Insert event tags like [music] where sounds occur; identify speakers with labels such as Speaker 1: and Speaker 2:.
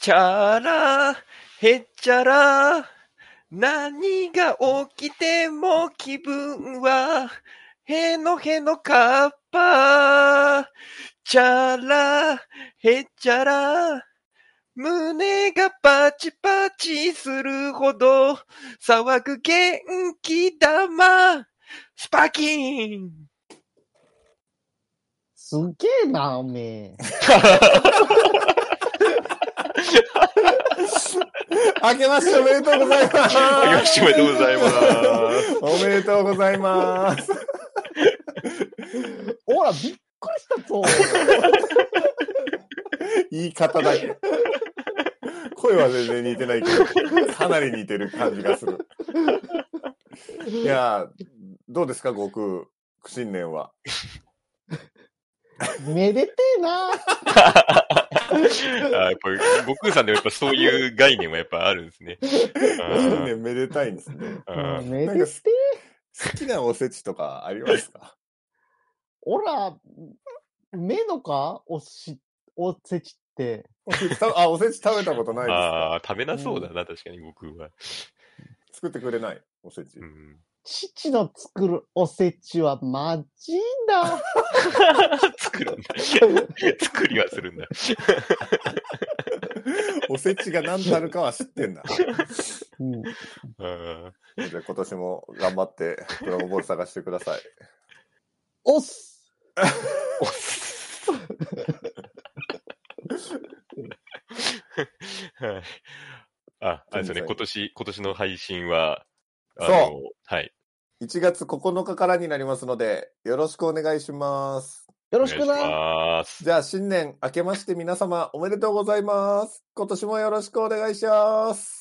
Speaker 1: チャラ、へっちゃら、何が起きても気分は、へのへのカッパ。チャラ、へっちゃら、胸がパチパチするほど、騒ぐ元気玉、スパキン
Speaker 2: すっげえな、おめえ。
Speaker 3: 明けましておめでとうございます。
Speaker 1: あよしおめでとうございます。
Speaker 3: おめでとうございます。
Speaker 2: ほら、びっくりしたぞ。
Speaker 3: 言い方だけ。声は全然似てないけど、かなり似てる感じがする。いやー、どうですか、悟空、新年は。
Speaker 2: めでてえな。
Speaker 1: あやっぱり、悟空さんでもやっぱそういう概念はやっぱあるんですね。
Speaker 3: 新年めでたいんですね。
Speaker 1: う
Speaker 2: うんんめ
Speaker 3: なん
Speaker 2: で
Speaker 3: か
Speaker 2: てえ。
Speaker 3: 好きなおせちとかありますか
Speaker 2: ほら、目のかおし、おせちって。
Speaker 3: おせちたあ、おせち食べたことないですか
Speaker 1: ああ、食べなそうだな、確かに悟空は。
Speaker 3: 作ってくれないおせち
Speaker 1: う。ん、
Speaker 2: 父の作るおせちはマジだ。
Speaker 1: 作るんだ。作りはす
Speaker 2: [laughs]
Speaker 1: るんだ。
Speaker 3: おせちが何たるかは知ってんだ。
Speaker 2: うん
Speaker 1: うん
Speaker 3: じゃあ今年も頑張って、ドラゴンボール探してください。
Speaker 2: おっす。
Speaker 1: おっすはいあ、あれですよね、今年、今年の配信は、あの
Speaker 3: そ
Speaker 1: はい。
Speaker 3: 1月9日からになりますので、よろしくお願いします。
Speaker 2: よ
Speaker 1: よ
Speaker 2: ろしくな。
Speaker 1: ます。
Speaker 3: じゃあ新年明けまして皆様おめでとうございます。今年もよろしくお願いします。